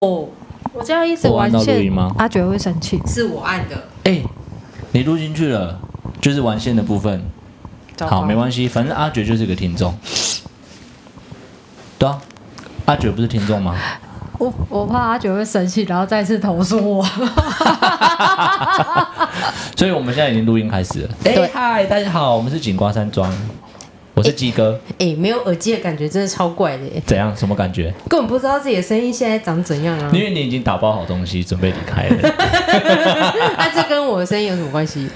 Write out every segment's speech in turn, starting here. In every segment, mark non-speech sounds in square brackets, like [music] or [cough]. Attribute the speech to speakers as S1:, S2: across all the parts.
S1: 哦，
S2: 我这样一直
S3: 我
S2: 玩
S3: 按到录
S2: 线
S3: 音吗，
S2: 阿觉会生气。
S1: 是我按的，
S3: 哎、你录进去了，就是完线的部分。
S2: 糟糕
S3: 好，没关系，反正阿珏就是个听众。对啊，阿珏不是听众吗？
S2: 我我怕阿觉会生气，然后再次投诉
S1: [laughs]
S2: 我。
S3: 所以我们现在已经录音开始了。哎、
S1: 对
S3: 嗨，大家好，我们是景瓜山庄，我是鸡哥。
S1: 哎、没有耳机的感觉真的超怪的耶，
S3: 怎样？什么感觉？
S1: 根本不知道自己的声音现在长怎样啊
S3: 因！为你已经打包好东西，准备离开
S2: [laughs]
S3: 了。
S1: [laughs] 那这跟我的声音有什么关系？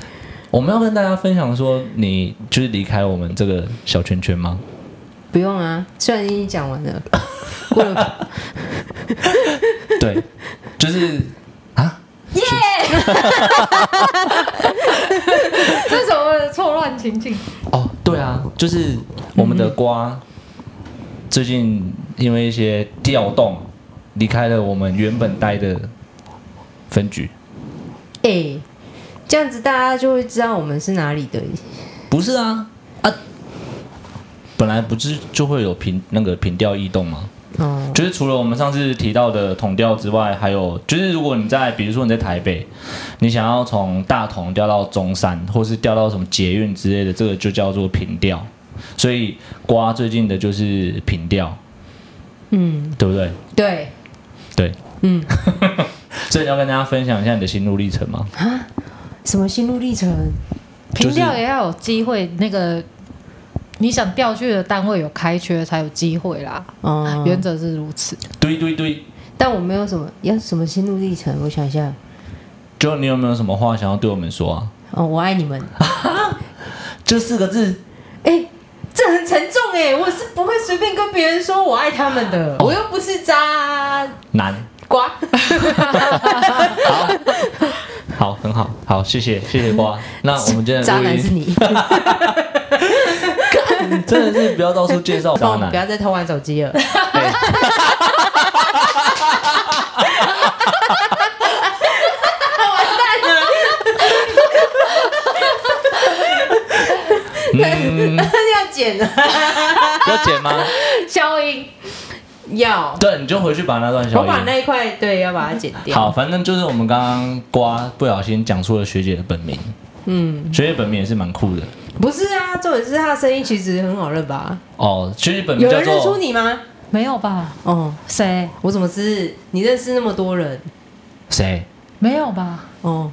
S3: 我们要跟大家分享说，你就是离开我们这个小圈圈吗？
S1: 不用啊，虽然已经讲完了，过了，
S3: 对，就是啊，
S2: 耶！ [laughs] 这是什么错乱
S1: [laughs]
S2: 情景？
S3: 哦，对啊，就是我们的瓜、最近因为一些调动，离开了我们原本待的分局，
S1: 哎、这样子大家就会知道我们是哪里的。
S3: 不是啊啊，本来不是就会有平那个平调异动吗？
S1: 哦，
S3: 就是除了我们上次提到的统调之外，还有就是如果你在比如说你在台北，你想要从大同调到中山，或是调到什么捷运之类的，这个就叫做平调。所以瓜最近的就是平调，
S1: 嗯，
S3: 对不对？
S1: 对，
S3: 对，
S1: 嗯，
S3: [laughs] 所以你要跟大家分享一下你的心路历程吗？
S1: 什么心路历程？
S3: 就是
S2: 平调也要有机会，那个你想调去的单位有开缺才有机会啦。
S1: 哦，
S2: 原则是如此。
S3: 对对对，
S1: 但我没有什么要什么心路历程，我想一下。
S3: 就你有没有什么话想要对我们说啊？
S1: 哦，我爱你们。
S3: 这四个字，
S1: 哎、这很沉重哎、我是不会随便跟别人说我爱他们的，
S3: 哦
S1: 我又不是渣
S3: 难。
S1: 瓜。
S3: 好，很好，好，谢谢，谢谢瓜。那我们今天的
S1: 渣
S3: 录
S1: 男
S3: 音
S1: 是
S3: [laughs]
S1: 你，
S3: 真的是不要到处介绍渣
S1: 不
S3: 男。哎
S1: 要再偷玩手机了。
S3: 对嗯，
S1: 那 [laughs] 要剪了， [laughs]
S3: 要剪吗？
S2: 消音，
S1: 要
S3: 对，你就回去把那段
S1: 我
S3: 消
S1: 把
S3: 音。
S1: 那一块对要把它剪掉。
S3: 好，反正就是我们刚刚瓜不小心讲出了学姐的本名，
S1: 嗯，
S3: 学姐本名也是蛮酷的
S1: 不是啊，重点是他的声音其实很好认吧？
S3: 哦。学姐本名
S1: 有
S3: 叫
S1: 人认出
S3: 做
S1: 你吗？
S2: 没有吧？
S1: 哦，
S2: 谁？
S1: 我怎么知？你认识那么多人
S3: 谁？
S2: 没有吧？
S1: 哦？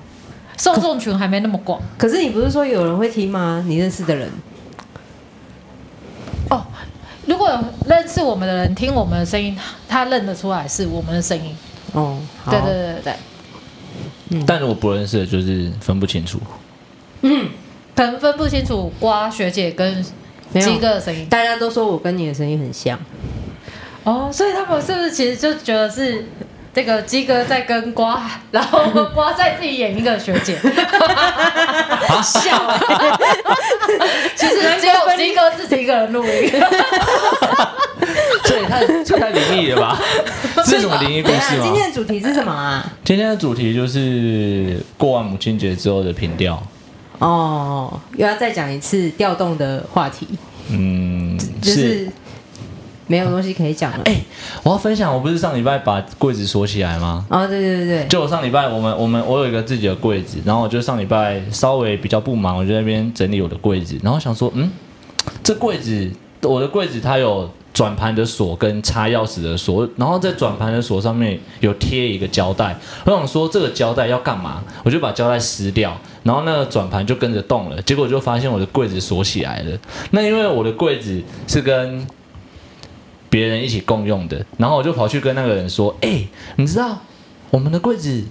S2: 受众群还没那么广
S1: 可是你不是说有人会听吗？你认识的人
S2: 哦。如果有认识我们的人听我们的声音，他认得出来是我们的声音。
S1: 哦，好
S2: 对对，对对对，
S3: 但如果不认识的，就是分不
S1: [laughs]
S3: 清楚。
S2: 可能分不清楚瓜学姐跟
S1: 没有
S2: 鸡哥的声音
S1: 大家都说我跟你的声音很像。
S2: 哦，所以他们是不是其实就觉得是这个鸡哥在跟瓜，然后瓜在自己演一个学
S3: [laughs]
S2: 姐，
S3: 啊
S2: [laughs] 笑欸。其实只有鸡哥自己一个人录音， [laughs]
S3: 这也太这太灵异了吧？这是什么灵异故
S1: 对
S3: 事
S1: 啊，今
S3: 吗？
S1: 天的主题是什么啊？
S3: 今天的主题就是过完母亲节之后的平调。
S1: 哦，又要再讲一次调动的话题，
S3: 嗯，
S1: 就是没有东西可以讲了。
S3: 哎、我要分享，我不是上礼拜把柜子锁起来吗？
S1: 哦，对对对对，
S3: 就我上礼拜，我们我们我有一个自己的柜子，然后我就上礼拜稍微比较不忙，我就在那边整理我的柜子，然后想说，嗯，这柜子我的柜子它有转盘的锁跟插钥匙的锁，然后在转盘的锁上面有贴一个胶带，我想说这个胶带要干嘛，我就把胶带撕掉，然后那个转盘就跟着动了，结果就发现我的柜子锁起来了。那因为我的柜子是跟别人一起共用的，然后我就跑去跟那个人说：“哎、你知道我们的柜子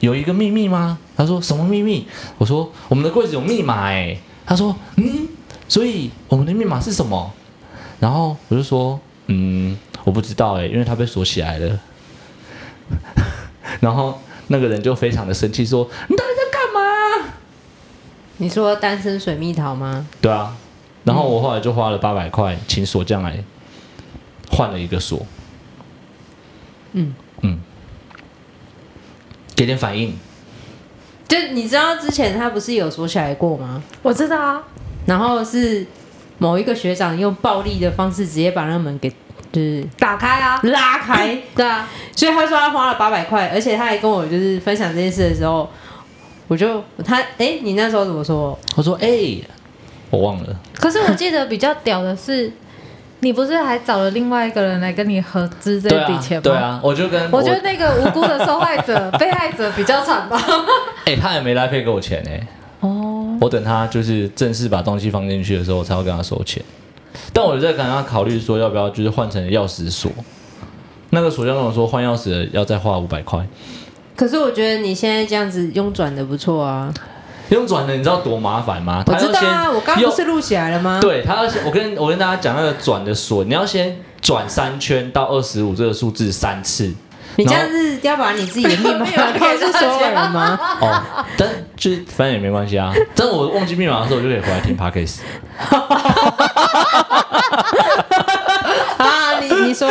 S3: 有一个秘密吗？”他说：“什么秘密？”我说：“我们的柜子有密码。”哎，他说：“嗯，所以我们的密码是什么？”然后我就说：“嗯，我不知道哎、因为它被锁起来了。”然后那个人就非常的生气，说：“你到底在干嘛
S1: 你说单身水蜜桃吗？？”
S3: 对啊，然后我后来就花了八百块请锁匠来换了一个锁。
S1: 嗯，
S3: 嗯，给点反应。
S1: 就你知道之前他不是有锁起来过吗？
S2: 我知道啊，
S1: 然后是某一个学长用暴力的方式直接把那个门给就是打开啊，拉开。
S2: 对啊，
S1: 所以他说他花了八百块，而且他还跟我就是分享这件事的时候，我就他哎、你那时候怎么说？
S3: 我说哎、我忘了，
S2: 可是我记得比较屌的是，你不是还找了另外一个人来跟你合资这
S3: 对
S2: 笔
S3: 啊
S2: 钱吗？
S3: 对啊，我就跟
S2: 我觉得那个无辜的受害者、被害者比较
S3: [laughs]
S2: 惨吧。
S3: 哎、他也没来配给我钱哎、
S2: 哦，
S3: 我等他就是正式把东西放进去的时候，我才会跟他收钱。但我有在跟他考虑说，要不要就是换成钥匙锁。那个锁匠跟我说，换钥匙的要再花五百块。
S1: 可是我觉得你现在这样子用转的不错啊，
S3: 用转的你知道多麻烦吗？
S1: 我
S3: 他要
S1: 知道啊，
S3: 先
S1: 我刚刚
S3: 用
S1: 不是录起来了吗？
S3: 对他要先，我跟我跟大家讲那个转的锁，你要先转三圈到二十五这个数字三次。
S1: 你这
S3: 然后
S1: 样是要把你自己的密 [laughs]
S3: [laughs]
S1: 码告
S2: 告
S1: 诉所
S2: 诉所
S1: 有
S2: 有
S1: 人
S2: 人
S1: 吗？
S3: 哦，但就是反正也没关系啊。但我忘记密码的时候，我就可以回来听 podcast。
S1: 啊，你你说，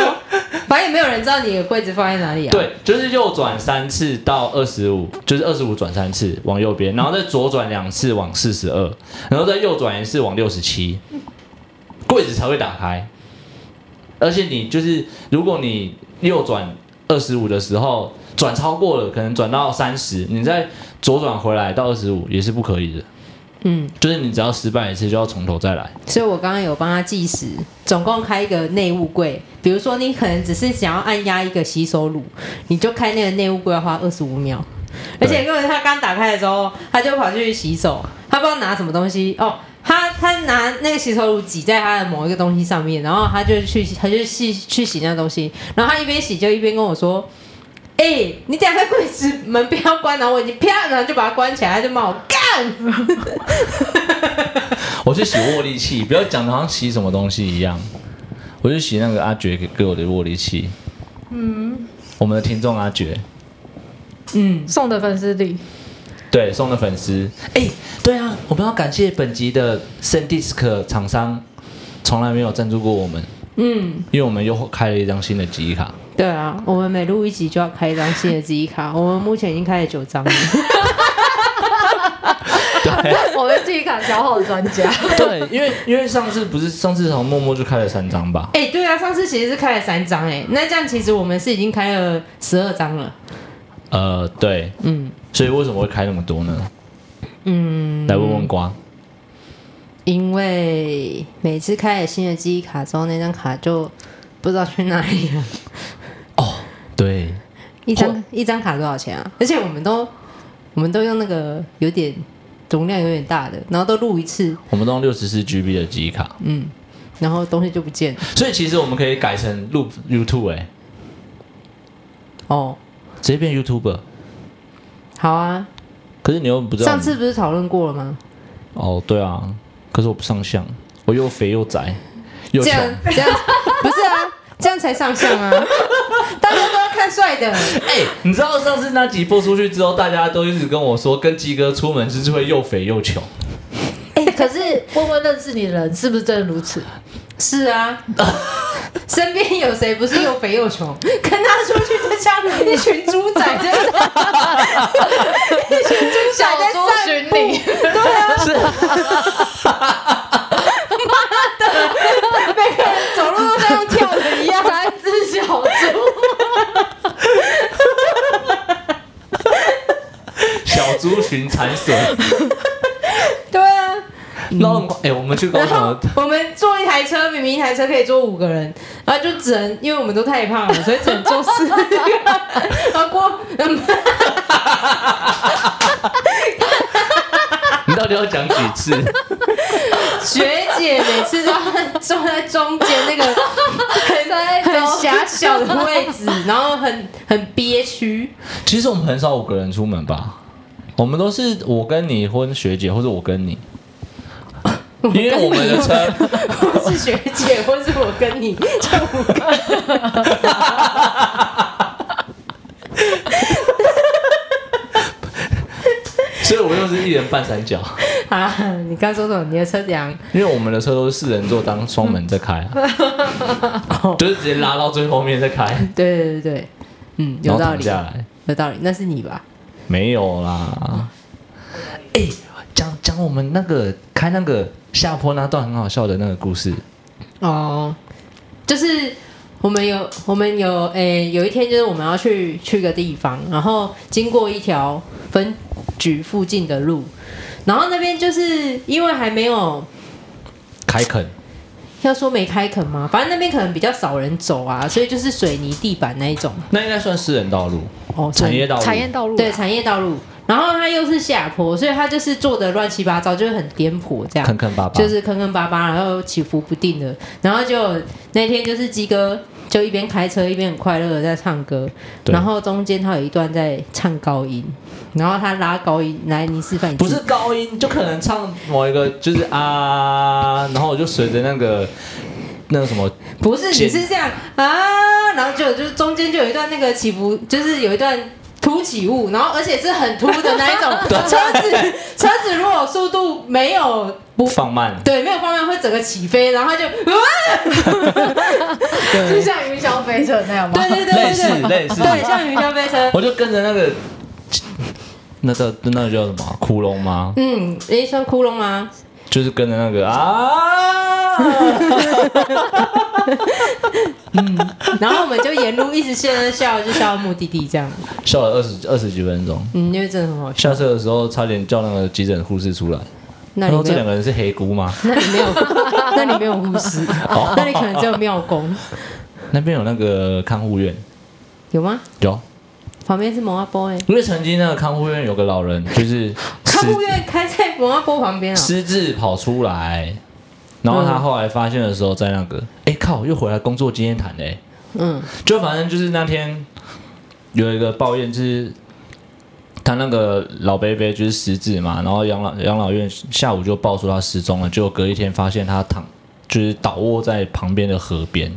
S1: 反正也没有人知道你的柜子放在哪里啊。，
S3: 对，就是右转三次到二十五，就是二十五转三次往右边，然后再左转两次往四十二，然后再右转一次往六十七，柜子才会打开。而且你就是，如果你右转二十五的时候转超过了，可能转到三十，你再左转回来到二十五也是不可以的。
S1: 嗯，
S3: 就是你只要失败一次，就要从头再来。
S1: 所以我刚刚有帮他计时，总共开一个内务柜。比如说，你可能只是想要按压一个洗手乳，你就开那个内务柜要花二十五秒。而
S3: 对
S1: 且因为他刚打开的时候，他就跑去洗手，他不知道拿什么东西哦，他他拿那个洗手乳挤在他的某一个东西上面，然后他就去他就去去洗那东西，然后他一边洗就一边跟我说。哎、你等一下柜子门不要关，然后我已经啪，然后就把它关起来，他就骂我干。 [laughs]
S3: 我去洗握力器，不要讲的好像洗什么东西一样。我去洗那个阿珏给给我的握力器。嗯，我们的听众阿珏，
S1: 嗯，
S2: 送的粉丝礼，
S3: 对送的粉丝。哎、对啊，我们要感谢本集的 SanDisk 厂商，从来没有赞助过我们，
S1: 嗯，
S3: 因为我们又开了一张新的记忆卡。
S1: 对啊，我们每录一集就要开一张新的记忆卡，我们目前已经开了九张了。
S3: 对
S2: [laughs] 我们自己卡消耗专家。
S3: 对，因为因为上次不是上次从默默就开了三张吧？
S1: [laughs] 哎、对啊，上次其实是开了三张哎、那这样其实我们是已经开了十二张了。
S3: 呃，对，
S1: 嗯
S3: 所以为什么会开那么多呢？
S1: 嗯，
S3: 来问问瓜。
S1: 因为每次开了新的记忆卡之后，那张卡就不知道去哪里了。
S3: 哦，对，
S1: [laughs] 一
S3: 或
S1: 张一张卡多少钱啊？而且我们都我们都用那个有点容量有点大的，然后都录一次，
S3: 我们都用六十四 GB 的记忆卡。
S1: 嗯，然后东西就不见了。
S3: 所以其实我们可以改成录 YouTube 哎、
S1: 哦，
S3: 直接变 YouTuber。
S1: 好啊，
S3: 可是你又不知道
S1: 上次不是讨论过了吗？
S3: 哦，对啊，可是我不上相，我又肥又宅又
S1: 这
S3: 穷。 [laughs]
S1: 样这样不是啊，这样才上相啊！大家都要看帅的，
S3: 哎、你知道上次那集播出去之后，大家都一直跟我说，跟鸡哥出门就是会又肥又穷。 [laughs]
S2: 哎，可 [laughs] 是问问认识你的人是不是真的如此？
S1: 是啊。身边有谁不是又肥又穷？跟他出去就像一群猪仔，真的，一群猪仔在
S2: 小猪
S1: 散
S2: 寻
S1: 步
S2: 你，
S1: 对啊，
S3: 是，
S1: 每个人走路都像用跳的一样。
S2: [laughs] 三只小
S1: [laughs]
S2: 猪，
S3: 小猪群产
S1: [laughs]
S3: 笋，
S1: 对啊，
S3: 捞那么快。哎、我们去高
S1: 然
S3: 雄
S1: 后 [laughs]
S3: 的，
S1: 我们坐一台车，明明一台车可以坐五个人，然后就只能因为我们都太胖了，所以只能坐四个。然后过， [laughs] 嗯
S3: 你到底要讲几次？ [laughs]
S1: 学姐每次都要坐在中间那个
S2: 在
S1: 很很狭小的位
S3: [laughs]
S1: 置，然后很很憋屈。
S3: 其实我们很少五个人出门吧，我们都是我跟你或者学姐，或者我
S1: [laughs]
S3: 跟你，因为我们的车。
S1: 我是学姐，或是我跟你，就五个人。
S3: 所以我又是一人半三角，
S1: 啊！你刚说什么？你的车怎样？
S3: 因为我们的车都是四人座当双门在开啊， [laughs] 就是直接拉到最后面再开，
S1: 对对对对，嗯，有
S3: 然后
S1: 道
S3: 躺
S1: 理，
S3: 下来
S1: 有道理。那是你吧？
S3: 没有啦。哎、讲讲我们那个开那个下坡那段很好笑的那个故事，
S1: 哦，就是我们有我们有诶、有一天就是我们要去去个地方，然后经过一条分局附近的路，然后那边就是因为还没有
S3: 开垦，
S1: 要说没开垦嘛，反正那边可能比较少人走啊，所以就是水泥地板那一种
S3: 那应该算私人道路、
S1: 哦，
S3: 产业道路。
S2: 产业道路啊，
S1: 对产业道路，然后它又是下坡，所以它就是做的乱七八糟，就是很颠簸这样，
S3: 坑坑巴巴，
S1: 就是坑坑巴巴，然后起伏不定的。然后就那天就是鸡哥就一边开车一边很快乐的在唱歌，
S3: 对
S1: 然后中间他有一段在唱高音，然后他拉高音，来你示范一次，
S3: 不是高音，就可能唱某一个就是啊，然后我就随着那个那个什么，
S1: 不是你
S3: 简
S1: 是这样啊，然后就就是中间就有一段那个起伏，就是有一段。凸起物，然后而且是很凸的那一
S3: [laughs]
S1: 种车子，车子如果速度没有不
S3: 放慢，
S1: 对没有方向会整个起飞，然后它就啊
S2: 就像云霄飞车那样吗？
S1: 对对对对对，
S3: 类似类似
S1: 对像云霄飞车，
S3: 我就跟着那个那个那个叫什么窟窿吗？
S1: 嗯，诶，算窟窿吗？
S3: 就是跟着那个 [laughs] 啊，
S1: 然后我们就沿路一直现在笑，就笑到目的地这样。
S3: 笑了二十二十几分钟。
S1: 嗯，因为真的很好笑。
S3: 下车的时候差点叫那个急诊护士出来。
S1: 那
S3: 他
S1: 你
S3: 哦说：“这
S1: 没
S3: 两
S1: 有，
S3: 个人是黑姑吗？
S1: 那你没有，那你没有护士，
S3: 哦
S1: 那你可能只有庙公，
S3: 那边有那个看护院，
S1: 有吗？
S3: 有，
S1: 旁边是蒙阿波哎，
S3: 因为曾经那个看护院有个老人，就是
S1: 看护院开在蒙阿波旁边啊。嗯
S3: 私自跑出来，然后他后来发现的时候，在那个，哎、靠，又回来工作经验谈嘞、
S1: 嗯，
S3: 就反正就是那天有一个抱怨，就是他那个老伯伯就是失智嘛，然后养老养老院下午就报说他失踪了，结果隔一天发现他躺就是倒卧在旁边的河边，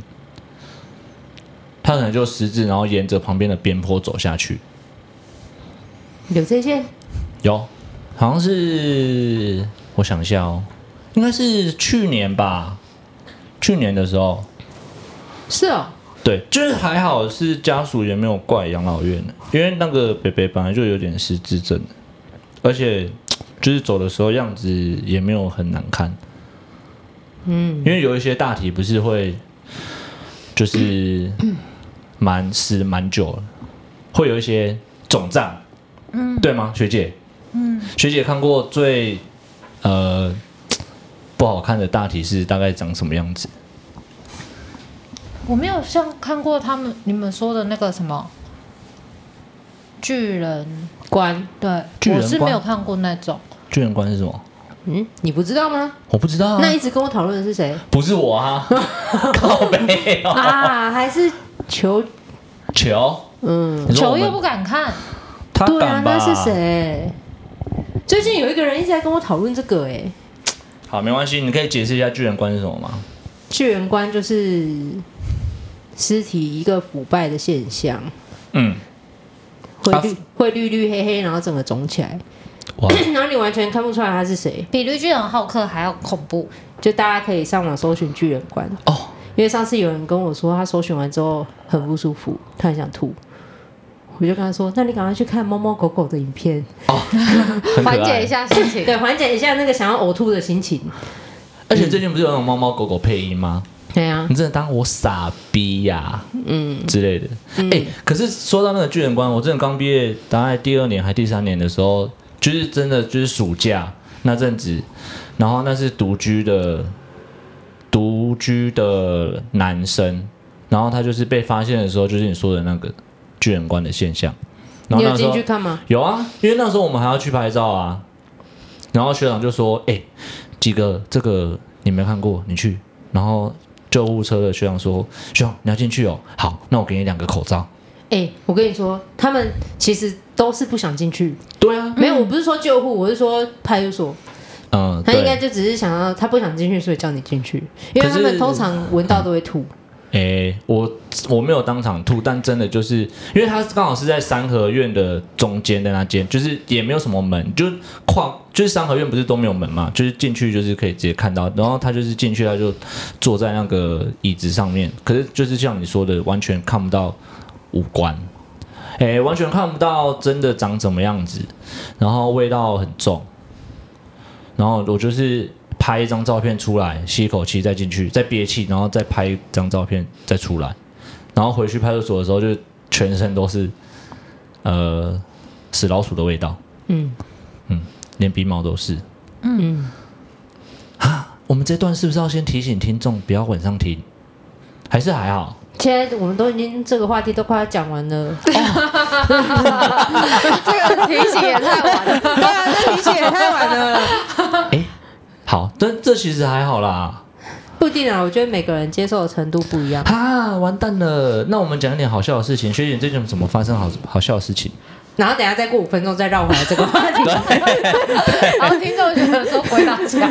S3: 他可能就失智，然后沿着旁边的边坡走下去，
S1: 柳这线
S3: 有，好像是我想一下哦，应该是去年吧，去年的时候，
S1: 是哦，
S3: 对，就是还好是家属也没有怪养老院，因为那个北北本来就有点失智症，而且就是走的时候样子也没有很难看，
S1: 嗯，
S3: 因为有一些大体不是会就是蛮死蛮久了，会有一些肿胀，嗯，对吗，学姐？嗯，学姐看过最呃不好看的大体是大概长什么样子？
S2: 我没有像看过他们你们说的那个什么巨人，
S1: 关，
S2: 对
S3: 巨人
S2: 我是
S3: 观
S2: 没有看过那种。
S3: 巨人观是什么？
S1: 嗯，你不知道吗？
S3: 我不知道、啊，
S1: 那一直跟我讨论的是谁
S3: 不是我啊，靠背哦、
S1: 啊？还是球？
S3: 球，
S1: 嗯，
S3: 你说我
S2: 球
S3: 们
S2: 又不敢看，
S3: 他
S1: 对啊
S3: 敢，吧？
S1: 那是？谁？最近有一个人一直在跟我讨论这个哎、
S3: 好，没关系，你可以解释一下巨人观是什么吗？
S1: 巨人观就是尸体一个腐败的现象，
S3: 嗯，
S1: 会
S3: 啊
S1: 绿、会绿绿黑黑，然后整个肿起来，
S3: 哇，
S1: [clears throat] 然后你完全看不出来他是谁。
S2: 比绿巨人浩克还要恐怖。
S1: 就大家可以上网搜寻巨人观，
S3: 哦，
S1: 因为上次有人跟我说他搜寻完之后很不舒服，他很想吐。我就跟他说：“那你赶快去看猫猫狗狗的影片，
S3: 很可
S2: 缓解
S3: 爱
S2: 一。下心
S3: [laughs]
S2: 情。
S1: 对，缓解一下那个想要呕吐的心情。
S3: 而且最近不是有那种猫猫狗狗配音吗？”
S1: 对啊
S3: 你，真的当我傻逼呀、嗯之类的。哎、可是说到那个巨人观，我真的刚毕业，大概第二年还第三年的时候，就是真的就是暑假那阵子，然后那是独居的独居的男生，然后他就是被发现的时候，就是你说的那个巨人观的现象。然
S1: 你有
S3: 后那时
S1: 进
S3: 候
S1: 去看吗？
S3: 有啊，因为那时候我们还要去拍照啊。然后学长就说：“哎、鸡哥，这个你没看过，你去。”然后救护车的学长说：“学长，你要进去哦。好，那我给你两个口罩。
S1: 哎、我跟你说，他们其实都是不想进去。”
S3: 对啊，
S1: 没有，我不是说救护，我是说派出所。
S3: 嗯，
S1: 他
S3: 对，
S1: 应该就只是想要，他不想进去，所以叫你进去，因为
S3: 可
S1: 他
S3: 是
S1: 们通常闻到都会吐。
S3: 哎、我我没有当场吐，但真的就是因为他刚好是在三合院的中间的那间，就是也没有什么门，就是跨就是三合院不是都没有门嘛，就是进去就是可以直接看到。然后他就是进去，他就坐在那个椅子上面，可是就是像你说的，完全看不到五官，哎、完全看不到真的长什么样子，然后味道很重，然后我就是拍一张照片出来，吸一口气再进去，再憋气，然后再拍一张照片再出来，然后回去派出所的时候，就全身都是呃死老鼠的味道，
S1: 嗯
S3: 嗯，连鼻毛都是。啊
S1: 嗯，
S3: 我们这段是不是要先提醒听众不要晚上听？还是还好？
S1: 现在我们都已经这个话题都快要讲完了，
S2: 哦这个提醒也太晚了。
S1: 对啊，这理解也太晚了，
S3: 哎、好，但这其实还好啦。
S1: 不一定啊，我觉得每个人接受的程度不一样。
S3: 哈，啊完蛋了！那我们讲一点好笑的事情。学姐，这种怎么发生好好笑的事情？
S1: 然后等一下再过五分钟再绕回来这个话
S2: [laughs]
S1: 题，
S2: 然后听众觉得说回答讲，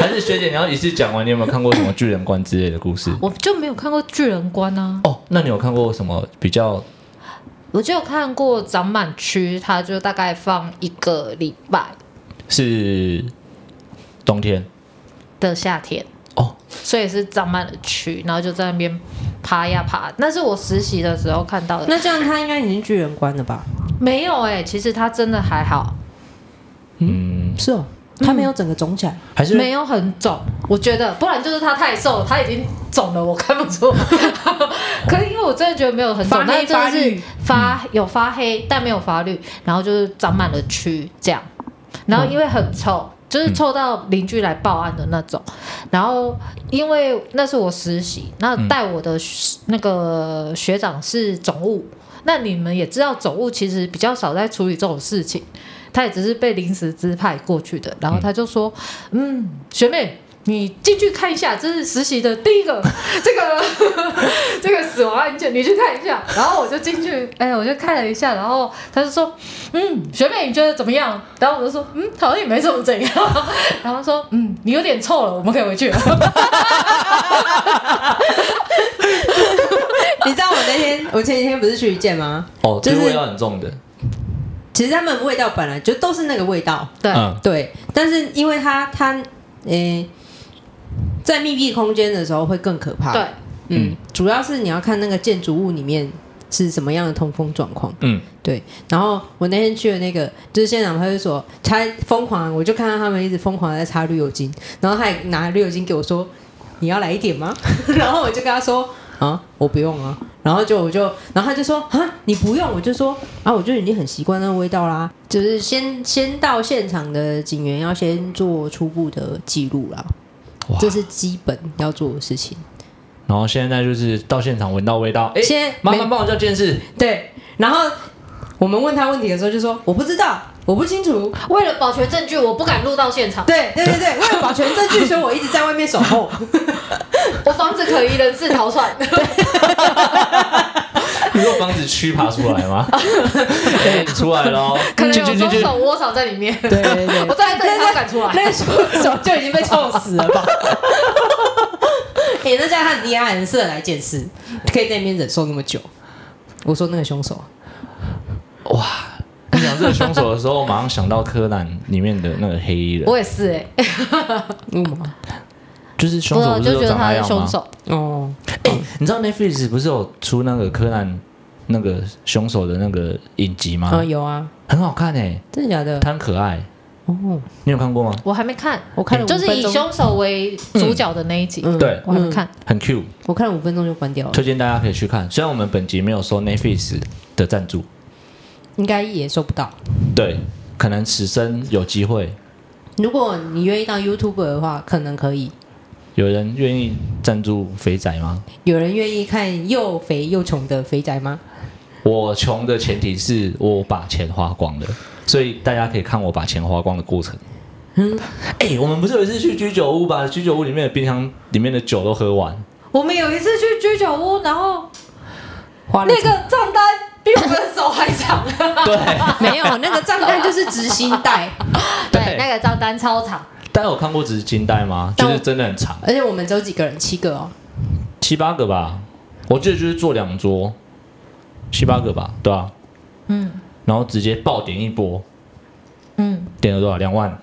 S3: 还是学姐你要一次讲完？你有没有看过什么巨人观之类的故事？
S2: 我就没有看过巨人观啊，
S3: 哦，那你有看过什么比较？
S2: 我就有看过长满区，它就大概放一个礼拜
S3: 是冬天
S2: 的夏天，
S3: 哦，
S2: 所以是长满了蛆，然后就在那边爬呀爬。那是我实习的时候看到的，
S1: 那这样他应该已经巨人观了吧？
S2: 没有哎、其实它真的还好，
S3: 嗯，
S1: 是哦，他没有整个肿起来，
S3: 还是
S2: 没有很肿，我觉得，不然就是它太瘦，它已经肿了，我看不出。 [laughs] 可是因为我真的觉得没有很肿
S1: 发，黑发
S2: 但是真的是
S1: 绿
S2: 发有发黑，但没有发绿，然后就是长满了蛆这样，然后因为很臭。就是臭到邻居来报案的那种，然后因为那是我实习，那带
S1: 嗯
S2: 我的学那个学长是总务，那你们也知道总务其实比较少在处理这种事情，他也只是被临时支派过去的，然后他就说，嗯，学妹。你进去看一下，这是实习的第一 [laughs] 个这个 [laughs] 这个死亡案件，你去看一下。然后我就进去，哎，我就看了一下，然后他就说，嗯，学妹你觉得怎么样？然后我就说，嗯，好像也没怎么怎样。 [laughs] 然后说，嗯，你有点臭了，我们可以回去了。
S1: 你知道我那 [laughs] 天，我前几天不是去一见吗？
S3: 哦，
S1: 就
S3: 就是是味道很重的，
S1: 其实他们味道本来就都是那个味道，
S2: [laughs] 对，
S3: 嗯，
S1: 对，但是因为它它诶、在密闭空间的时候会更可怕。
S2: 对，
S1: 嗯，
S3: 嗯
S1: 主要是你要看那个建筑物里面是什么样的通风状况。
S3: 嗯，
S1: 对，然后我那天去的那个就是现场派出所，他疯狂，我就看到他们一直疯狂地在擦绿油精，然后他也拿绿油精给我说：“你要来一点吗？” [laughs] 然后我就跟他说：“啊，我不用啊。”然后就我就，然后他就说：“啊，你不用？”我就说：“啊，我就已经很习惯那个味道啦。”就是先先到现场的警员要先做初步的记录啦，
S3: 哇
S1: 这是基本要做的事情。
S3: 然后现在就是到现场闻到味道，哎、
S1: 先
S3: 麻
S1: 没
S3: 烦帮我叫监视， [laughs]
S1: 对，然后我们问他问题的时候就说：“我不知道，我不清楚。”
S2: 为了保全证据，我不敢录到现 [laughs] 场，
S1: 对对对对，为了保全证据，所以我一直在外面守候。
S2: 我防止可疑人士逃 [laughs] 窜。
S3: 你说防止蛆爬出来
S2: [laughs]
S3: 吗？哎、你出来喽，
S2: 可能
S3: 去
S2: 有
S3: 去
S2: 双
S3: 去去
S2: 手窝藏在里面。
S1: 对对对
S2: [laughs] 我站在这里，他不敢出
S1: [laughs]
S2: 来。
S1: 那个手手就已经被臭死了吧？ [laughs] 哎、那这样他很厉害，很适合来见识，可以在那边忍受那么久。我说那个凶手，啊
S3: 你讲这个凶手的时候，马上想到柯南里面的那个黑衣人，
S2: [laughs] 我也是哎、
S1: 嗯
S3: 就是凶
S2: 不是，
S3: 手
S2: 我
S3: 不是
S2: 就
S3: 都
S2: 觉得
S3: 长
S2: 他
S3: 那
S2: 是
S3: 样
S2: 凶
S3: 吗？
S2: 手。
S1: 哦，
S3: 你知道 Netflix 不是有出那个柯南那个凶手的那个影集吗？
S1: 啊、有啊，
S3: 很好看哎、
S1: 真的假的？
S3: 他很可爱，
S1: 哦，
S3: 你有看过吗？
S2: 我还没看，
S1: 我看了五
S2: 嗯就
S1: 分
S2: 是
S1: 钟，
S2: 以凶手为主角的那一集，
S1: 嗯
S3: 对
S2: 我还没，看。
S3: 很 Q，
S1: 嗯我看了五分钟就关掉了，
S3: 推荐大家可以去看。虽然我们本集没有收 Netflix 的赞助，
S1: 应该也收不到。
S3: 对，可能此生有机会
S1: 如果你愿意当 YouTuber 的话，可能可以。
S3: 有人愿意赞助肥仔吗？
S1: 有人愿意看又肥又穷的肥宅吗？
S3: 我穷的前提是我把钱花光了，所以大家可以看我把钱花光的过程。
S1: 嗯
S3: 哎、我们不是有一次去居酒屋，把居酒屋里面的冰箱里面的酒都喝完，
S2: 我们有一次去居酒屋，然后
S1: 花了
S2: 那个账单比我们的手还 [laughs] 长。
S3: 对。
S1: [laughs] 没有，那个账单就是执行带，
S3: 对
S2: 那个账单超长。
S3: 大家有看过纸巾带吗？
S1: 但
S3: 就
S1: 我
S3: 是真的很长，
S1: 而且我们只有几个人，七个哦。
S3: 七八个吧，我记得就是坐两桌，七八个吧，对吧、啊？
S2: 嗯
S3: 然后直接爆点一波，
S2: 嗯，
S3: 点了多少？两万。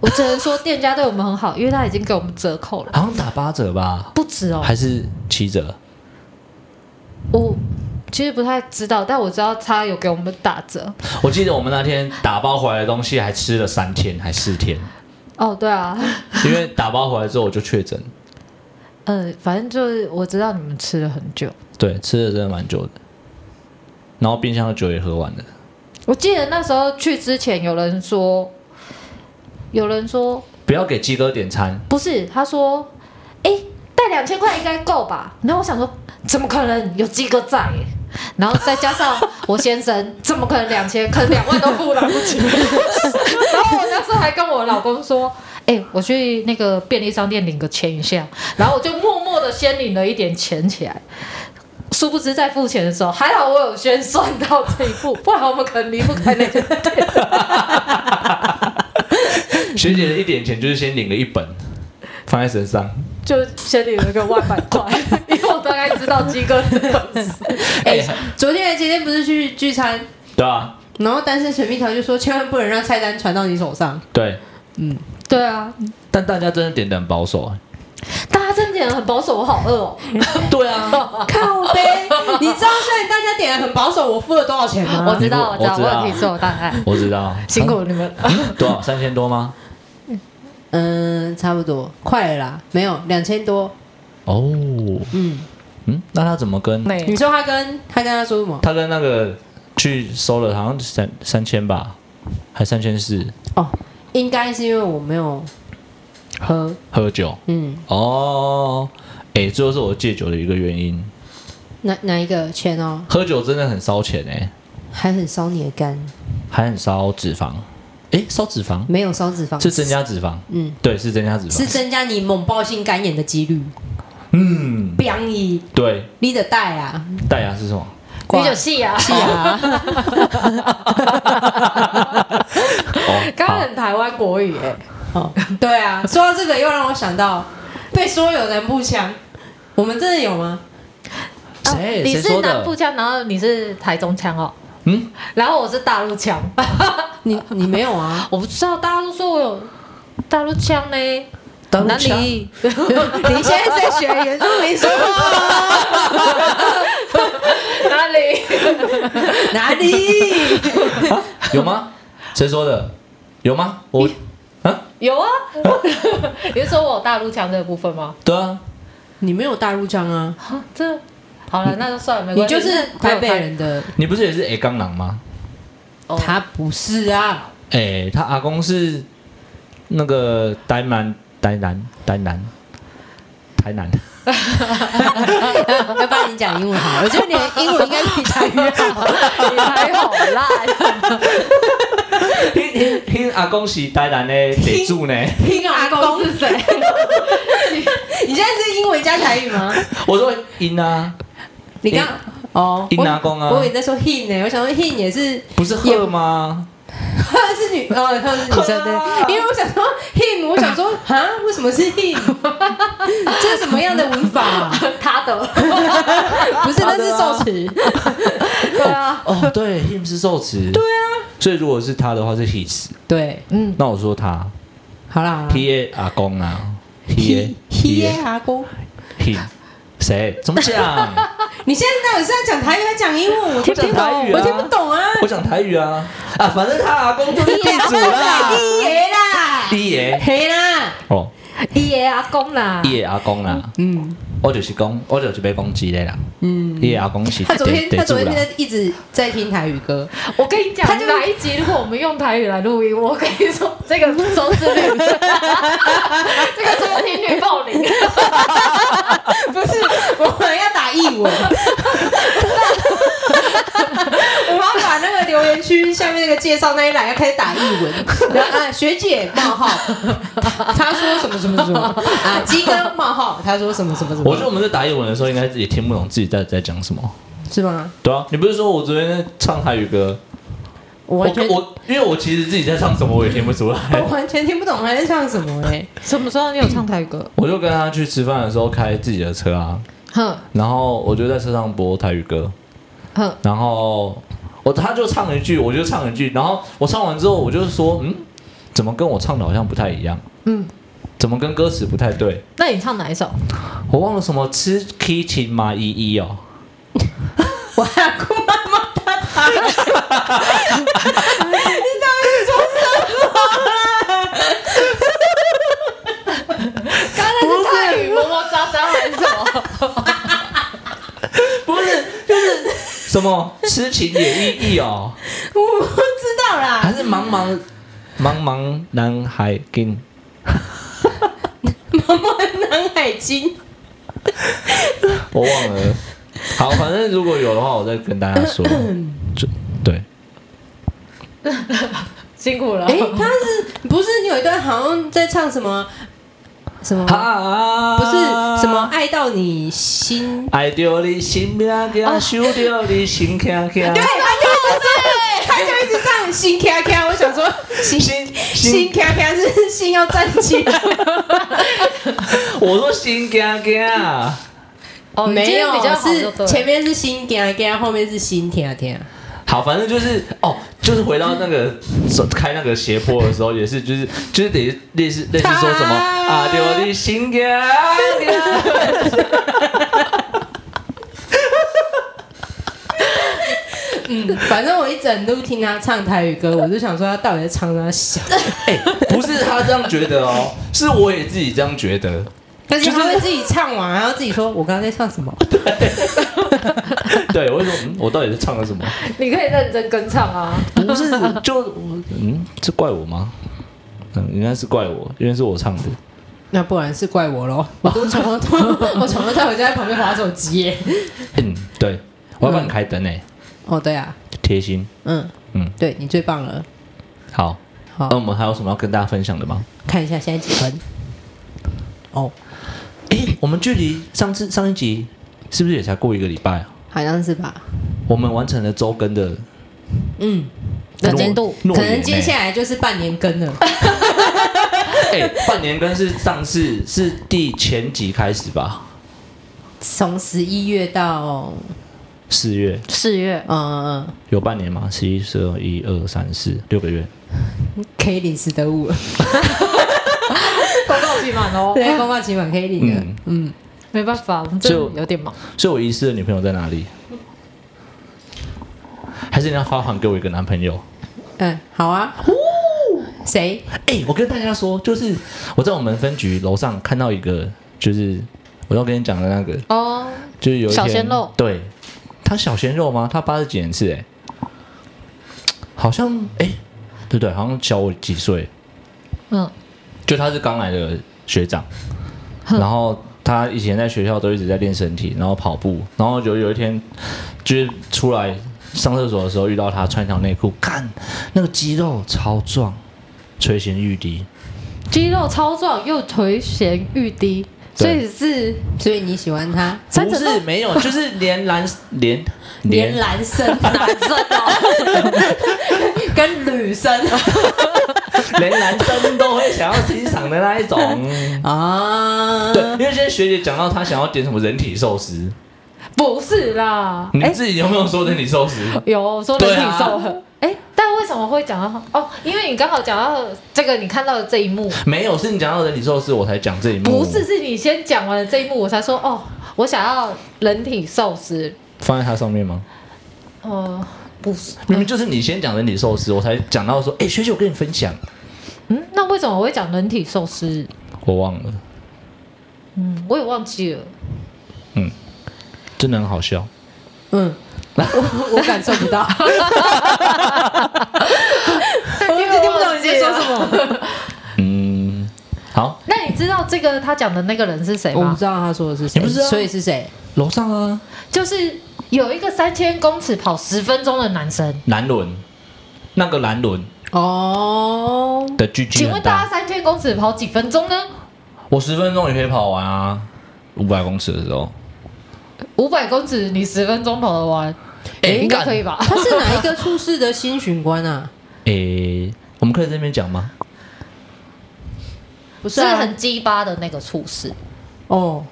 S2: 我只能说店家对我们很好，因为他已经给我们折扣了，
S3: 好像打八折吧，
S2: 不止哦。
S3: 还是七折？
S2: 我其实不太知道，但我知道他有给我们打折。
S3: 我记得我们那天打包回来的东西还吃了三天还四天，
S2: [laughs] 哦，对啊，
S3: 因为打包回来之后我就确诊，
S2: 嗯，反正就是我知道你们吃了很久，
S3: 对，吃的真的蛮久的，然后冰箱的酒也喝完了。
S2: 我记得那时候去之前有人说，有人说
S3: 不要给鸡哥点餐，
S2: 不是，他说，哎、带两千块应该够吧？然后我想说，怎么可能有鸡哥在、然后再加 [laughs] 上我先生，怎么可能两千？可能 [laughs] 两万都付了不起。然后我那时候还跟我老公说，哎、我去那个便利商店领个钱一下。然后我就默默的先领了一点钱起来。殊不知在付钱的时候，还好我有先算到这一步，不然我们可能离不开那个店。
S3: 学姐的一点钱就是先领了一本，放在身上。
S2: [laughs] 就先领了个万百块， [laughs] 因为我大概知道鸡哥的粉丝。
S1: 哎、昨天今天不是去聚餐，
S3: 对啊，
S1: 然后单身水蜜桃就说千万不能让菜单传到你手上。
S3: 对，
S2: [laughs] 对啊，
S3: 但大家真的点的很保守啊。
S2: 大家真的很保守，我好饿哦。
S3: 对啊，
S1: [laughs] 靠呗，你知道虽然大家点的很保守，我付了多少钱吗？
S2: 我知道，我知
S3: 我
S2: 道，我
S3: 知道
S2: 有提出我大概。
S3: 我知道，
S2: 辛苦你们，
S3: 多少三千多吗？
S1: 嗯，差不多，快了啦，没有两千多。
S3: 哦，
S1: 嗯，
S3: 嗯，那他怎么跟
S1: 你
S2: 累。
S1: 说他跟他跟他说什么？
S3: 他跟那个去收了，好像三三千吧，还三千四
S1: 哦，应该是因为我没有喝，
S3: 喝酒。
S1: 嗯，
S3: 哦，哎、这就是我戒酒的一个原因。
S1: 哪哪一个钱哦，
S3: 喝酒真的很烧钱哎、
S1: 还很烧你的肝，
S3: 还很烧脂肪。哎、烧脂肪
S1: 没有烧脂肪，
S3: 是增加脂肪，
S1: 嗯，
S3: 对，是增加脂肪，
S1: 是增加你猛暴性肝炎的几率。
S3: 嗯，
S1: 不养你，
S3: 对。
S1: 你得带啊，
S3: 代牙是什
S2: [laughs]
S3: 么？
S2: 你酒戏啊！
S1: 是啊， [laughs]
S3: 哦，
S2: 刚刚
S3: 好
S2: 很台湾国语哎，
S1: 哦，对啊，说到这个又让我想到被说有南部腔，我们真的有吗？
S3: 谁
S2: 啊你
S3: 谁
S2: 是
S3: 说
S2: 南部
S3: 的？
S2: 腔，然后你是台中腔哦，
S3: 嗯，
S2: [laughs]
S3: [laughs]
S2: 然后我是大陆腔，
S1: 你你没有啊？
S2: [laughs] 我不知道大家都说我有大陆腔呢，
S3: 当
S2: 哪
S3: 枪
S2: 里？
S1: [laughs] 你现在在学原住民说
S2: 哪里？
S1: [laughs] 哪里？
S3: 有吗？谁说的？有吗？我啊，
S2: 有啊， [laughs] 你是说我有大陆腔这个部分吗？
S3: 对啊，
S1: 你没有大陆腔啊，
S2: 啊，这好了，那就算了，没
S1: 你
S2: 关系。
S1: 就是台北人啊的，
S3: 你不是也是哎刚狼吗？
S2: 哦，
S1: 他不是啊，
S3: 哎、他阿公是那个台南，台南，台南，台 [laughs] 南。
S1: 要不然你讲英文好了，我觉得你的英文应该比台语好。 [laughs]
S2: 你才好烂。
S3: 听听听，阿公是台南的地主 [laughs] 呢。
S1: 听
S2: 阿
S1: [laughs] 阿
S2: 公
S1: 公，
S2: 是谁？
S1: 你现在是英文加台语吗？
S3: 我说因啊，
S1: 你刚哦，
S3: 因阿公啊
S1: 我以为你在说 hin 呢，我想说 hin 也是
S3: 不是鹤吗？
S1: 她 [laughs] 是女，哦，她是女生
S3: 啊
S1: 对，因为我想说 him，我想说啊，为什么是
S3: [laughs]
S1: him？这是什么样的文法、啊？
S2: 他 [laughs] 的。
S1: 不是，那是
S3: 啊
S1: 受词。
S2: 对啊，
S3: 哦，对，him 是受词。对啊，所以如果是他的话是 his，
S1: 对，
S2: 嗯，
S3: 那我说他
S1: 好啦好啦
S3: t a 阿公啊 t a
S1: he
S3: t
S1: he
S3: a
S1: 阿公，
S3: him 谁？怎么讲？
S1: 你现在到底是要讲台语还是讲英文？我
S3: 我讲台语啊
S1: 我听不懂啊。
S3: 我讲台语啊啊，反正他阿公就是地主啦
S1: [laughs] 爷啦，
S3: ，t a
S1: 嘿啦，
S3: 啊哦
S2: 伊爷阿公啦，
S3: t a 阿公啦，
S1: 嗯
S3: 我就是讲，我就是被攻击的啦
S1: 嗯。
S3: ，t a 阿公是
S1: 他昨天
S3: 地
S1: 他
S3: 主
S1: 昨天
S3: 啦。
S1: 在一直在听台语歌，
S2: 我跟你讲
S1: 他，就是
S2: 哪一集如果我们用台语来录音，我跟你说，这个收 [laughs] 视率，这个收听率爆零。
S1: 不是我们要打译文。我们要把那个留言区下面那个介绍那一栏要开始打译文，然后啊学姐冒号，他说什么什么什么啊鸡哥冒号，他说什么什么什么，
S3: 我觉得我们在打英文的时候，应该也听不懂自己在在讲什么。
S1: 是吗？
S3: 对啊，你不是说我昨天在唱台语歌？
S1: 我
S3: 我
S1: 完全
S3: 我哎因为我其实自己在唱什么我也听
S1: [laughs]
S3: 不出来。
S1: 我完全听不懂他在唱什么哎、
S2: 什么时候你有唱台歌？
S3: 我就跟他去吃饭的时候开自己的车啊，
S2: 哼
S3: 然后我就在车上播台语歌，
S2: 哼，
S3: 然后我他就唱一句，我就唱一句，然后我唱完之后我就说，嗯，怎么跟我唱的好像不太一样？
S2: 嗯，
S3: 怎么跟歌词不太对？
S2: 那你唱哪一首？
S3: 我忘了什么吃 kitchen 麻依依哦，
S1: 我阿姑妈妈她打的，你到底说什么啦？
S2: 刚才是泰语么么喳喳还
S3: 什么痴情也意义
S1: [laughs]
S3: 哦，
S1: 我不知道啦。
S3: 还是茫茫茫茫南海跟
S1: 茫茫南海经，
S3: 我忘
S1: [laughs]
S3: 了。好，反正如果有的话，我再跟大家说。就对，
S2: [laughs] 辛苦了。
S1: 哎、他是不是你有一段好像在唱什么什么？[laughs]
S3: 啊
S1: 不是什么爱到你心，
S3: 爱着你心命惊，想着你心惊惊，
S1: 对，他就是他就一直唱心咔咔，我想说心
S3: 心
S1: 心
S3: 心，
S1: 咔咔是心要站起来，
S3: 我说心惊惊啊，
S2: 哦，你今
S1: 没
S2: 天
S1: 有
S2: 比较好就对
S1: 是
S2: 了
S1: 前面是心咔咔，后面是心听听。
S3: 好，反正就是哦，就是回到那个手开那个斜坡的时候，也是就是就是等于类似类似说什么啊，着你心惊 [laughs] 惊，
S1: 嗯，反正我一整路听他唱台语歌，我就想说他到底在唱啥小，
S3: 哎，不是他这样觉得哦，是我也自己这样觉得，
S1: 但是他会自己唱完，然后自己说我刚刚在唱什么。
S3: 对，我就说嗯，我到底是唱了什么？
S2: 你可以认真跟唱 [laughs] 啊。
S3: 不是，就我 [laughs] 嗯，这怪我吗？嗯，应该是怪我，因为是我唱的。
S1: 那不然是怪我喽，我都从头到我从头到尾就在旁边划手机耶。
S3: 嗯，对，我要帮你开灯欸诶，
S1: 哦，对啊，
S3: 贴心。
S1: 嗯
S3: 嗯
S1: 嗯，对你最棒了。
S3: 好，
S1: 好
S3: 那我，们还有什么要跟大家分享的吗？
S1: 看一下现在几分。哦，
S3: 诶，我们距离上次上一集是不是也才过一个礼拜啊？
S1: 好像是吧。
S3: 我们完成了周更 [laughs] 的
S1: 嗯，
S3: 诺诺
S1: 可
S3: 言
S1: 能接
S3: 欸
S1: 下来就是半年更了。
S3: 哎，半年更是上次是第前集开始吧？
S1: 从十一月到
S3: 四月
S2: 四月
S1: 嗯嗯嗯
S3: 有半年吗？十一、十二、一二、三、四，六个月。
S1: 可以领十得 [laughs] 五了，
S2: 广告期满哦
S1: 对，公告期满可以领了。嗯，
S2: 没办法，我们真
S3: 就
S2: 的有点忙。
S3: 所以我遗失的女朋友在哪里？还是你要发还给我一个男朋友？
S1: 嗯，好啊。谁？
S3: 哎、我跟大家说，就是我在我们分局楼上看到一个，就是我要跟你讲的那个，
S2: 哦，
S3: 就是有一天
S2: 小鲜肉
S3: 对，他小鲜肉吗？他八十几年次，哎，好像哎、对对，好像小我几岁，
S2: 嗯，
S3: 就他是刚来的学长，然后他以前在学校都一直在练身体，然后跑步，然后有有一天就是出来上厕所的时候遇到他穿一条内裤，看那个肌肉超壮，垂涎欲滴。
S2: 肌肉超壮又垂涎欲滴，所
S3: 对
S2: 以是
S1: 所以你喜欢他？
S2: 三
S3: 不
S2: 层
S3: 是
S2: 肉
S3: 没
S2: [laughs]
S3: 有，就是连蓝连
S1: 连男生、 [laughs] 男生哦， [laughs] 跟女生 [laughs]
S3: 连男生都会想要欣赏的那一种。
S2: 嗯
S1: 啊，
S3: 对，因为现在学姐讲到她想要点什么人体寿司，
S2: 不是啦？
S3: 你自己有没有说人体寿司？
S2: 有说人
S3: 对
S2: 挺
S3: 啊
S2: 瘦的。哎，但为什么会讲到哦？因为你刚好讲到这个，你看到的这一幕，
S1: 嗯
S3: 没有，是你讲到人体寿司我才讲这一幕，
S2: 不是是你先讲完了这一幕，我才说哦，我想要人体寿司。
S3: 放在它上面吗？
S2: 哦，不是，
S3: 明明就是你先讲人体寿司，我才讲到说，哎、学姐，我跟你分享，
S2: 嗯，那为什么我会讲人体寿司？
S3: 我忘了，
S2: 嗯，我也忘
S1: [laughs]
S2: 记了。
S3: 嗯，真的很好笑。
S1: 嗯，我我感受不 [laughs] 到，我
S2: 因
S1: 就听
S2: 为我
S1: 不懂
S2: 忘
S1: 你
S2: 记
S1: 在说
S2: 了
S1: 什么，
S3: 嗯，好，
S2: 那你知道这个他讲的那个人是谁
S1: 哦我不
S2: 吗？
S1: 知道他说的是谁，
S3: 哎你不知道
S1: 所以是谁？
S3: 楼上啊，
S2: 就是有一个三千公尺跑十分钟的男生。
S3: 蓝轮，那个蓝轮
S1: 哦，
S3: 的 GG
S2: 请
S3: 很
S2: 问大
S3: 大
S2: 家，三千公尺跑几分钟呢？
S3: 我十分钟也可以跑完啊，五百公尺的时候。
S2: 五百公尺你十分钟跑得完，
S3: 哎
S2: 应该
S3: 干
S2: 可以吧？ [laughs]
S1: 他是哪一个出事的新巡官啊？
S3: [laughs] 诶、我们可以在这边讲吗？
S1: 不是
S2: 是
S1: 啊
S2: 很鸡巴的那个处事，
S1: 哦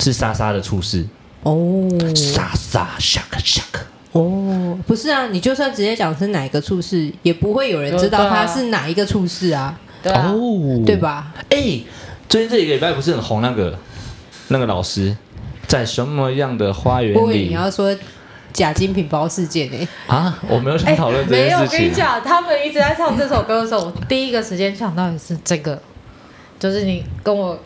S3: 是莎莎的处事，
S1: 哦
S2: 嗯
S3: 莎莎 shark shark，
S1: 哦，不是啊，你就算直接讲是哪一个处事，也不会有人知道
S2: 对啊
S1: 他是哪一个处事啊，
S2: 对啊，
S3: 哦
S1: 对？吧？
S3: 哎、最近这一个礼拜不是很红那个那个老师，在什么样的花园
S1: 不过
S3: 里？
S1: 你要说假精品包事件诶，
S3: 啊，我没有
S2: 哎
S3: 想讨论这
S2: 没
S3: 件
S2: 有，
S3: 事
S2: 我跟你
S3: 情。
S2: 讲，他们一直在唱这首歌的时候，我第一个时间想到也是这个，就是你跟我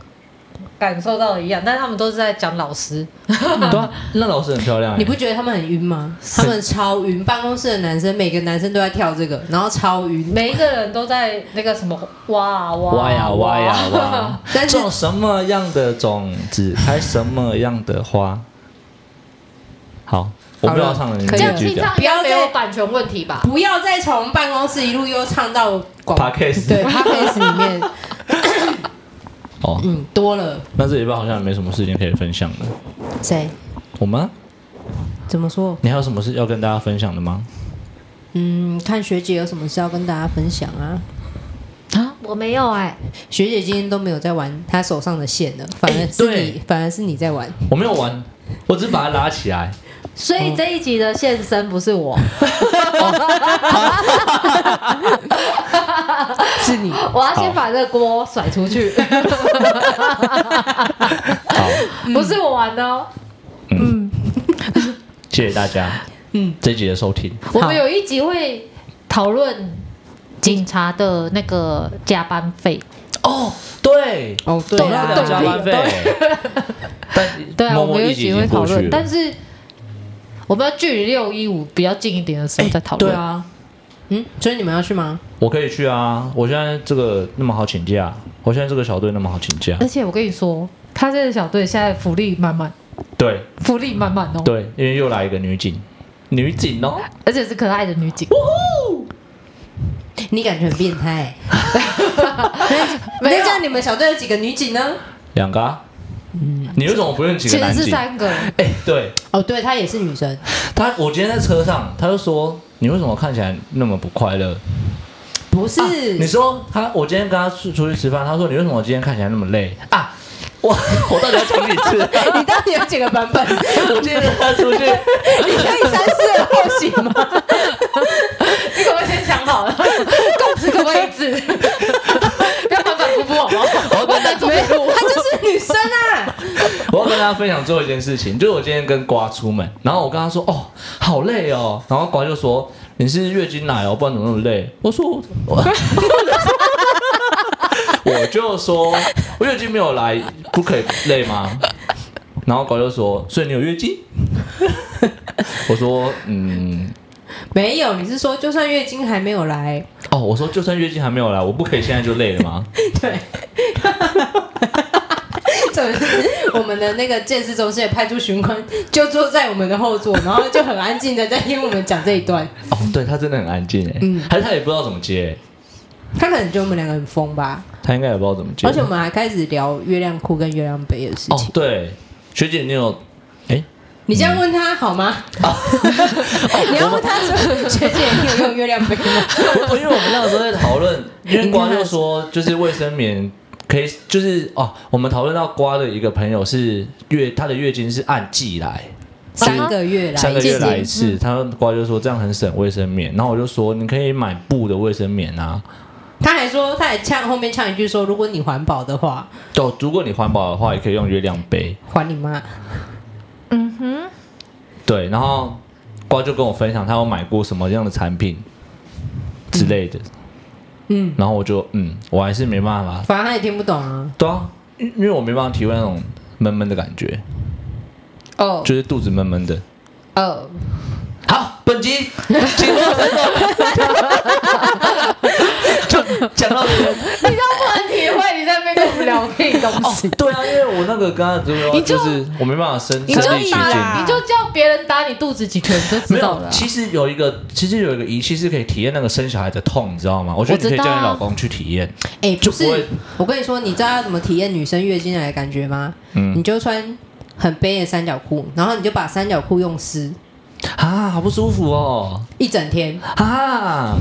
S2: 感受到的一样，但他们都是在讲老 [laughs] 师，
S3: 对啊，那老师很漂亮、欸。
S1: 你不觉得他们很晕吗？他们超晕，办公室的男生每个男生都在跳这个，然后超晕。
S2: 每一个人都在那个什么挖啊挖啊
S3: 挖呀挖呀挖，
S1: 但是
S3: 种什么样的种子开什么样的花。好，我不要唱了，你
S1: 可
S3: 自
S1: 以
S2: [laughs] 这
S1: 了
S3: 己
S2: 样
S3: 继续
S2: 听
S3: 讲。
S2: 唱应该没有版权问题吧？
S1: 不要再从办公室一路又唱到广
S3: Podcast
S1: 对 podcast 里
S2: [laughs]
S1: 面，
S3: 哦，
S1: 嗯，多了
S3: 那这礼拜好像也没什么事情可以分享的。
S1: 谁
S3: 我们，
S1: 怎么说？
S3: 你还有什么事要跟大家分享的吗？
S1: 嗯，看学姐有什么事要跟大家分享啊？
S2: 啊，我没有哎、
S1: 学姐今天都没有在玩她手上的线了，反而是
S3: 对
S1: 你，反而是你在玩。
S3: 我没有玩，我只是把它拉起来。
S2: 所以这一集的现身不是我，
S3: 哦
S1: 是你，
S2: [laughs] 我要先把这个锅甩出去，
S3: 好，
S2: 不是我玩的哦。
S3: 嗯谢谢大家，嗯，这集的收听。
S2: 我们有一集会讨论警察的那个加班费，
S3: 哦，对，
S1: 哦对
S3: 懂
S1: 啦
S3: 了
S2: 啊
S3: 加班费。但
S2: [laughs] 对啊，
S3: 默
S2: 我
S3: 默
S2: 们有
S3: 一
S2: 一
S3: 集已
S2: 集会
S3: 经
S2: 讨
S3: 过去
S2: 论，但
S3: 了。
S2: 是我们要距离六一五比较近一点的时候再讨论。
S3: 对，啊，
S1: 嗯，所以你们要去吗？
S3: 我可以去啊！我现在这个那么好请假，我现在这个小队那么好请假
S2: 而。且我跟你说，他这个小队现在福利满满，
S3: 对
S2: 福利满满哦，
S3: 对，因为又来一个女警，女警哦，
S2: 而且是可爱的女警，
S1: 你感觉很变 [laughs] 态、欸。那
S2: 没有
S1: 这样你们小队有几个女警呢？
S3: 两个、啊。你为什么不用请
S2: 嗯其
S3: 个
S2: 实
S3: 男
S2: 是
S3: 警？哎、
S2: 三个。
S3: 对
S1: 哦，对，她也是女生。
S3: 他，我今天在车上，他就说你为什么看起来那么不快乐？
S1: 不是，
S3: 啊你说他，我今天跟他出出去吃饭，他说你为什么今天看起来那么累啊？我 [laughs] 我到底要讲几次？
S1: [laughs]
S3: [laughs]
S1: 你到底有几个版本？ [laughs]
S3: 我今天跟他出去，
S1: 你可以三思而后行吗？
S2: [laughs] 你可不可以先想好了，共吃个位 [laughs] 置，不要反反复复好不好？我在准备录，
S1: 她就是女生啊。
S3: 我要跟大家分享最后一件事情，就是我今天跟瓜出门，然后我跟他说哦，好累哦，然后瓜就说你是月经来哦，不然怎么那么累？我说 [laughs] 我。我就说，我月经没有来，不可以累吗？然后瓜就说，所以你有月经？ [laughs] 我说，嗯，
S1: 没有，你是说就算月经还没有来，
S3: 哦，我说就算月经还没有来，我不可以现在就累了吗？
S1: [laughs] 对。这是我们的那个见识中心的派出巡官就坐在我们的后座，然后就很安静的在听我们讲这一段。
S3: 哦，对他真的很安静哎，
S1: 嗯
S3: 还是他也不知道怎么接
S1: 他可能觉得我们两个很疯吧，
S3: 欸，他应该也不知道怎么接。
S1: 而且我们还开始聊月亮裤跟月亮杯的事
S3: 哦
S1: 情。，
S3: 对，学姐你有哎，
S1: 你这样问他好吗？ [laughs] 你要问他说，学姐，你有用月亮杯吗？
S3: 我因为我们那个时候在讨
S1: [laughs]
S3: 论，因为瓜就说就是卫生棉。可以，就是哦，我们讨论到瓜的一个朋友是月，她的月经是按季来，
S1: 三个月来，嗯
S3: 三个月来一
S1: 一次
S3: 次。他瓜就说这样很省卫生棉，然后我就说你可以买布的卫生棉啊，
S1: 他还说，他还呛后面呛一句说，如果你环保的话，
S3: 就哦如果你环保的话，也可以用月亮杯。
S1: 还你妈。
S2: 嗯哼，
S3: 对，然后瓜就跟我分享他有买过什么样的产品之类的，
S1: 嗯，
S3: 然后我就嗯，我还是没办法，
S1: 反正他也听不懂啊。
S3: 对啊，因因为我没办法体会那种闷闷的感觉，
S2: [laughs] 哦
S3: 就是肚子闷闷的。
S2: 哦，
S3: 好，本集请到这就讲到这边
S2: 你都不能体会，你在那边跟我们聊这东
S3: 哦
S2: 西，，
S3: 对啊，因为我那个刚刚就
S2: 你就
S3: 就是我没办法生
S2: 你
S3: 身
S2: 就
S3: 体取
S2: 打，
S3: 经。
S2: 你就叫别人打你肚子几拳你就
S3: 没
S2: 知道
S3: 有
S2: 了，啊。
S3: 其实有一个，其实有一个仪器是可以体验那个生小孩的痛，你知道吗？我觉得你可以
S2: 我知道
S3: 叫
S2: 啊
S3: 你老公去体验。
S1: 哎、不
S3: 就不会
S1: 是，我跟你说，你知道要怎么体验女生月经来的感觉吗？你就穿很背的三角裤，然后你就把三角裤用湿
S3: 啊，好不舒服哦！
S1: 一整天。
S3: 啊，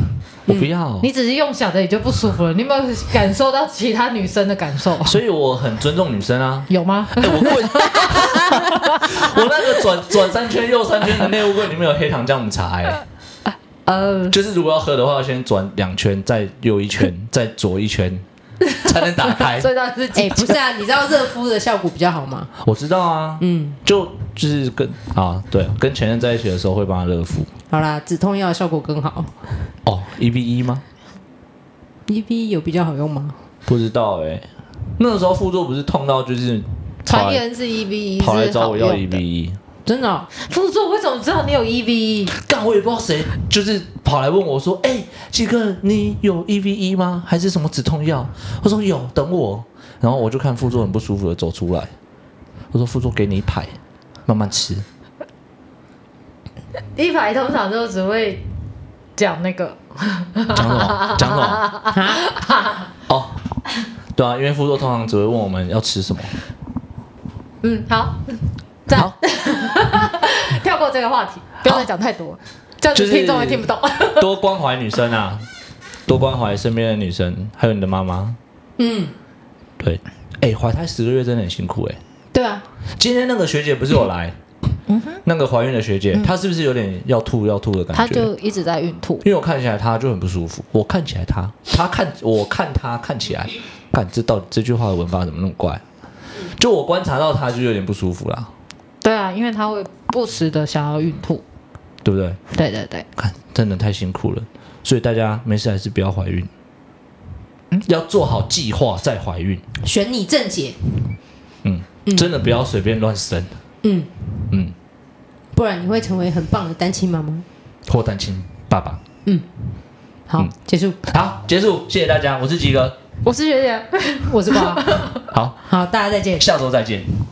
S3: 我不要。
S2: 你只是用想的也就不舒服了，你有没有感受到其他女生的感受？
S3: 所以我很尊重女生啊。
S2: 有吗？
S3: 哎、我棍， [laughs] 我那个转转三圈右三圈的内务柜里面有黑糖姜母茶、哎，
S2: 呃，
S3: 就是如果要喝的话，先转两圈，再右一圈，再左一圈，才能打开
S2: [laughs] 所。以那呃是
S1: 哎、
S2: 几
S1: 不是啊，你知道热敷的效果比较好吗？
S3: 我知道啊，
S1: 嗯，
S3: 就就是跟啊，对，跟前任在一起的时候会帮他热敷。
S1: 好啦，止痛药的效果更好。
S3: 哦，一比一吗？
S1: E V 有比较好用吗？
S3: 不知道哎、那个时候副座不是痛到就是跑
S2: 传
S3: 来
S2: 言是一 v 一，
S3: 跑来找我要一
S2: 一
S3: v E 一，
S1: 真的哦、
S2: 副座为什么知道你有一 v 一？
S3: 干我也不知道谁就是跑来问我说，哎、几哥你有一 v 一吗？还是什么止痛药？我说有，等我。然后我就看副座很不舒服的走出来，我说副座给你一排，慢慢吃。
S2: 一排通常都只会讲那个，
S3: 讲什
S2: [laughs]
S3: 么？讲什么？哦，对啊，因为副座通常只会问我们要吃什么。
S2: 嗯，好，再
S3: 好，
S2: [laughs] 跳过这个话题，不要再讲太多，这样
S3: 就
S2: 子
S3: 是
S2: 听众也听不 [laughs] 懂。
S3: 多关怀女生啊，多关怀身边的女生，还有你的妈妈。
S1: 嗯，
S3: 对，哎、怀胎十个月真的很辛苦哎、
S1: 对啊，
S3: 今天那个学姐不是有来，那个怀孕的学姐，她是不是有点要吐要吐的感觉？
S2: 一直在孕吐，
S3: 因为我看起来她就很不舒服，我看起来她，她看我看她看起来，看这到底这句话的文法怎么那么怪？就我观察到她就有点不舒服啦，
S2: 对啊，因为他会不时的想要孕吐，
S3: 对不对？
S2: 对对对，
S3: 看真的太辛苦了，所以大家没事还是不要怀孕，要做好计划再怀孕。
S1: 选你正解，
S3: 嗯，真的不要随便乱生。
S1: 嗯，
S3: 嗯，
S1: 不然你会成为很棒的单亲妈妈。
S3: 或单亲爸爸。
S1: 好，
S3: 嗯
S1: 结束，
S3: 好，结束，谢谢大家，我是吉哥。
S2: 我是学姐，
S1: 我是爸爸，
S3: 好，
S1: 好，大家再见。
S3: 下周再见。